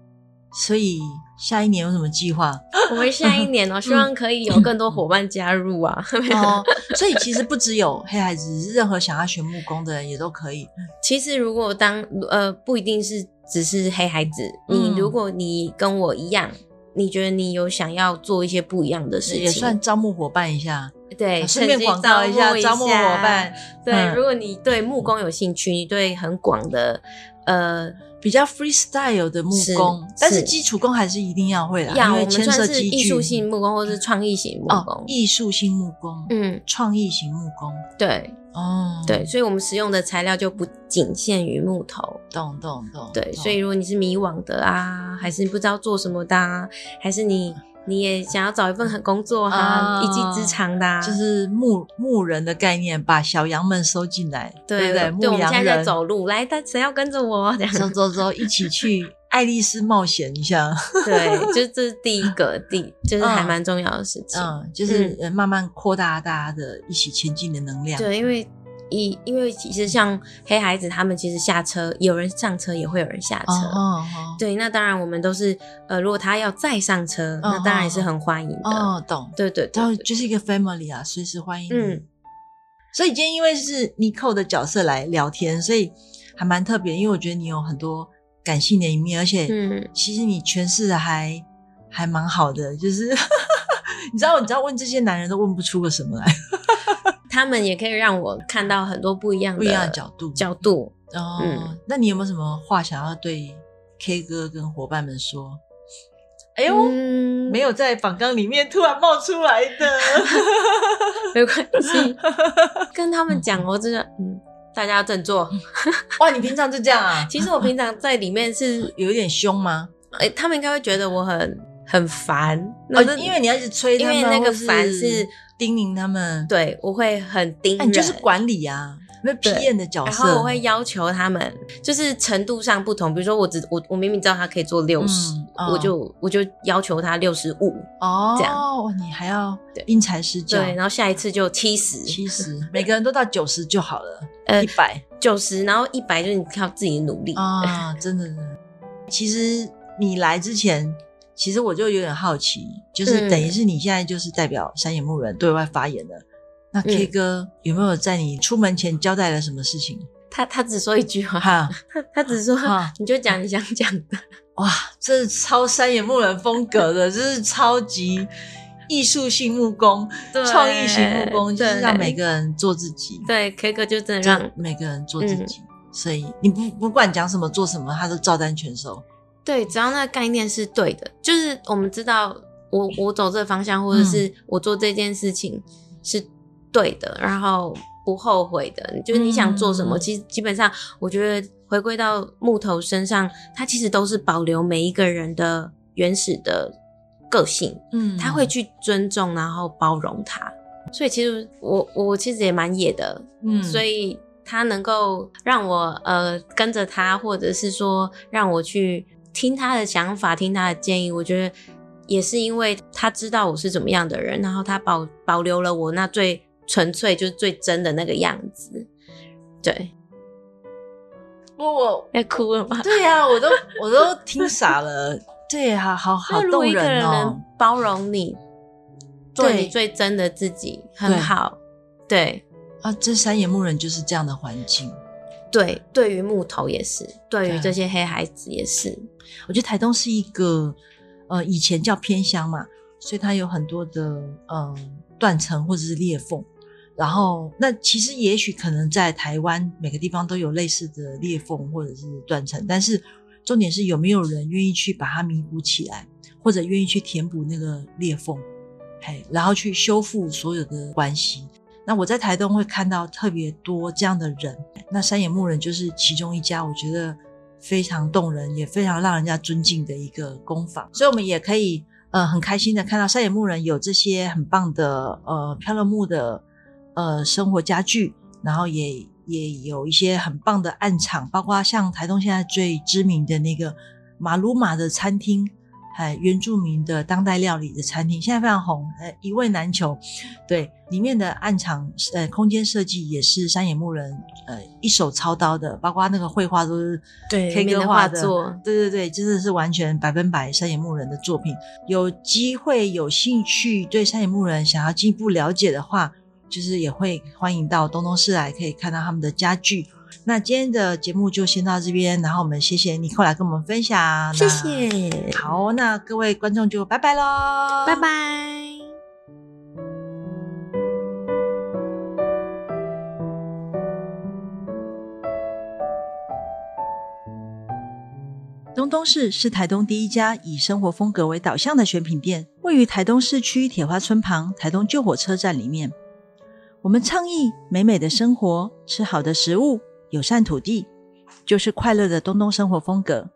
Speaker 1: 所以下一年有什么计划？
Speaker 3: 我们下一 年哦，希望可以有更多伙伴加入啊。
Speaker 1: 哦，所以其实不只有黑孩子，任何想要学木工的人也都可以。
Speaker 3: 其实如果当呃不一定是只是黑孩子，
Speaker 1: 嗯
Speaker 3: 你如果你跟我一样，你觉得你有想要做一些不一样的事情，
Speaker 1: 也算招募伙伴一下，
Speaker 3: 对，
Speaker 1: 顺便
Speaker 3: 趁机
Speaker 1: 广告一下，招募伙伴。
Speaker 3: 对，
Speaker 1: 嗯
Speaker 3: 如果你对木工有兴趣，你对很广的呃
Speaker 1: 比较 freestyle 的木工
Speaker 3: 是，
Speaker 1: 但是
Speaker 3: 是
Speaker 1: 基础功还是一定要会啦，
Speaker 3: 要
Speaker 1: 啊因
Speaker 3: 我
Speaker 1: 为
Speaker 3: 们
Speaker 1: 牵
Speaker 3: 算
Speaker 1: 涉
Speaker 3: 是
Speaker 1: 机具。
Speaker 3: 艺术性木工或是创意型木
Speaker 1: 哦
Speaker 3: 工，，
Speaker 1: 艺术性木工，
Speaker 3: 嗯，
Speaker 1: 创意型木工，
Speaker 3: 对
Speaker 1: 哦，
Speaker 3: 对，，所以我们使用的材料就不仅限于木头，
Speaker 1: 懂懂懂，
Speaker 3: 对，
Speaker 1: 懂
Speaker 3: 所以如果你是迷惘的啊，还是不知道做什么的、啊，还是你你也想要找一份很工作哈、
Speaker 1: 啊
Speaker 3: 一技之长的、啊，
Speaker 1: 就是牧牧人的概念，把小羊们收进来，对
Speaker 3: 对
Speaker 1: 不对？
Speaker 3: 对，
Speaker 1: 牧
Speaker 3: 我们
Speaker 1: 羊
Speaker 3: 现在在
Speaker 1: 人
Speaker 3: 走路，来，但谁要跟着我？这
Speaker 1: 走
Speaker 3: 样，
Speaker 1: 走走，一起去爱丽丝冒险一下，
Speaker 3: 对，就是这是第一个第，就是还
Speaker 1: 嗯
Speaker 3: 蛮重要的事情。
Speaker 1: 嗯，就是呃慢慢扩大大家的一起前进的能量，
Speaker 3: 对，因为一因为其实像黑孩子他们，其实下车有人上车，也会有人下车。
Speaker 1: 哦，哦哦
Speaker 3: 对，那当然我们都是呃，如果他要再上车，那当然也是很欢迎的。
Speaker 1: 嗯哦，懂，
Speaker 3: 对对对
Speaker 1: 然后就是一个 family 啊，随时欢迎你。
Speaker 3: 嗯
Speaker 1: 所以今天因为是 n i c o 的角色来聊天，所以还蛮特别，因为我觉得你有很多感性的一面，而且
Speaker 3: 嗯，
Speaker 1: 其实你诠释的还还蛮好的，就是 你知道，你知道问这些男人都问不出个什么来，
Speaker 3: 他们也可以让我看到很多不一样的
Speaker 1: 不一样的角度。
Speaker 3: 角度。
Speaker 1: 哦，
Speaker 3: 嗯
Speaker 1: 那你有没有什么话想要对 K 哥跟伙伴们说？哎呦，
Speaker 3: 嗯，
Speaker 1: 没有在访纲里面突然冒出来的，
Speaker 3: 没关系，跟他们讲，我真的嗯，大家要 振作。
Speaker 1: 哇，你平常就这样啊？
Speaker 3: 其实我平常在里面是，
Speaker 1: 有一点凶吗？
Speaker 3: 哎、他们应该会觉得我很很烦，
Speaker 1: 哦
Speaker 3: 那是，
Speaker 1: 因为你要一直催他们，
Speaker 3: 因为那个
Speaker 1: 或是
Speaker 3: 烦是
Speaker 1: 叮咛他们，
Speaker 3: 对我会很盯
Speaker 1: 那哎
Speaker 3: 人，
Speaker 1: 你就是管理啊，那 P
Speaker 3: 对
Speaker 1: N 的角
Speaker 3: 然
Speaker 1: 色，
Speaker 3: 后我会要求他们，就是程度上不同。比如说，我只我我明明知道他可以做六十、
Speaker 1: 嗯哦
Speaker 3: 我就我就要求他六十五，
Speaker 1: 哦，
Speaker 3: 这
Speaker 1: 哇你还要
Speaker 3: 对
Speaker 1: 因材施教，
Speaker 3: 对，然后下一次就七十，
Speaker 1: 其实每个人都到九十就好了，
Speaker 3: 呃嗯
Speaker 1: 一百
Speaker 3: 九十，然后一百就是你靠自己的努力。
Speaker 1: 啊，真的。真的其实你来之前，其实我就有点好奇，就是
Speaker 3: 嗯
Speaker 1: 等于是你现在就是代表山野牧人对外发言的。那 K
Speaker 3: 嗯
Speaker 1: 哥有没有在你出门前交代了什么事情？
Speaker 3: 他他只说一句话，
Speaker 1: 哈
Speaker 3: 他他只说、
Speaker 1: 哈，
Speaker 3: 你就讲你想讲的，
Speaker 1: 哇，这是超山野牧人风格的，这是超级艺术性木工、
Speaker 3: 对
Speaker 1: 创意型木工，就是
Speaker 3: 对
Speaker 1: 让每个人做自己，
Speaker 3: 对 K 哥就真的
Speaker 1: 让
Speaker 3: 让
Speaker 1: 每个人做自己。嗯所以你不不管讲什么做什么，他都照单全收。
Speaker 3: 对，只要那个概念是对的，就是我们知道我我走这个方向，或者是我做这件事情是对的，然后不后悔的。就是你想做什么，
Speaker 1: 嗯
Speaker 3: 其实基本上我觉得回归到木头身上，它其实都是保留每一个人的原始的个性，
Speaker 1: 嗯
Speaker 3: 他会去尊重，然后包容他。所以其实我我其实也蛮野的，
Speaker 1: 嗯
Speaker 3: 所以他能够让我呃跟着他，或者是说让我去听他的想法，听他的建议，我觉得也是因为他知道我是怎么样的人，然后他保保留了我那最纯粹就是最真的那个样子。对，
Speaker 1: 我我
Speaker 3: 要哎哭了吗？
Speaker 1: 对呀、我都我都听傻了。对呀、好好
Speaker 3: 那如
Speaker 1: 动
Speaker 3: 果一个人
Speaker 1: 人
Speaker 3: 能
Speaker 1: 哦。
Speaker 3: 包容你，做
Speaker 1: 对
Speaker 3: 你最真的自己，
Speaker 1: 对
Speaker 3: 很好。对，
Speaker 1: 啊，这山野牧人就是这样的环境。
Speaker 3: 对，对于木头也是，对
Speaker 1: 对
Speaker 3: 于这些黑孩子也是，
Speaker 1: 我觉得台东是一个呃以前叫偏乡嘛，所以它有很多的呃断层或者是裂缝。然后，那其实也许可能在台湾每个地方都有类似的裂缝或者是断层，但是重点是有没有人愿意去把它弥补起来，或者愿意去填补那个裂缝，嘿，然后去修复所有的关系。那我在台东会看到特别多这样的人，那山野牧人就是其中一家，我觉得非常动人，也非常让人家尊敬的一个工坊。所以我们也可以呃很开心的看到山野牧人有这些很棒的呃漂流木的呃生活家具，然后也也有一些很棒的暗场，包括像台东现在最知名的那个马鲁马的餐厅，哎，原住民的当代料理的餐厅，现在非常红，呃，一味难求。对，里面的暗场呃空间设计也是山野牧人呃一手操刀的，包括那个绘画都是
Speaker 3: 对
Speaker 1: K
Speaker 3: 里面
Speaker 1: 歌
Speaker 3: 的
Speaker 1: 画
Speaker 3: 画作
Speaker 1: 对对对，真的是完全百分百山野牧人的作品。有机会有兴趣对山野牧人想要进一步了解的话，就是也会欢迎到东东市来，可以看到他们的家具。那今天的节目就先到这边，然后我们谢谢尼寇来跟我们分享，
Speaker 3: 谢。谢，
Speaker 1: 好，那各位观众就拜拜喽，
Speaker 3: 拜。拜。
Speaker 1: 东东市是台东第一家以生活风格为导向的选品店，位于台东市区铁花村旁台东旧火车站里面。我们倡议美美的生活，吃好的食物，友善土地，就是快乐的东东生活风格。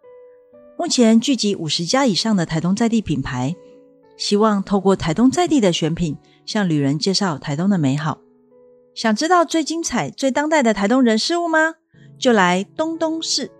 Speaker 1: 目前聚集五十家以上的台东在地品牌，希望透过台东在地的选品，向旅人介绍台东的美好。想知道最精彩、最当代的台东人事物吗？就来东东市。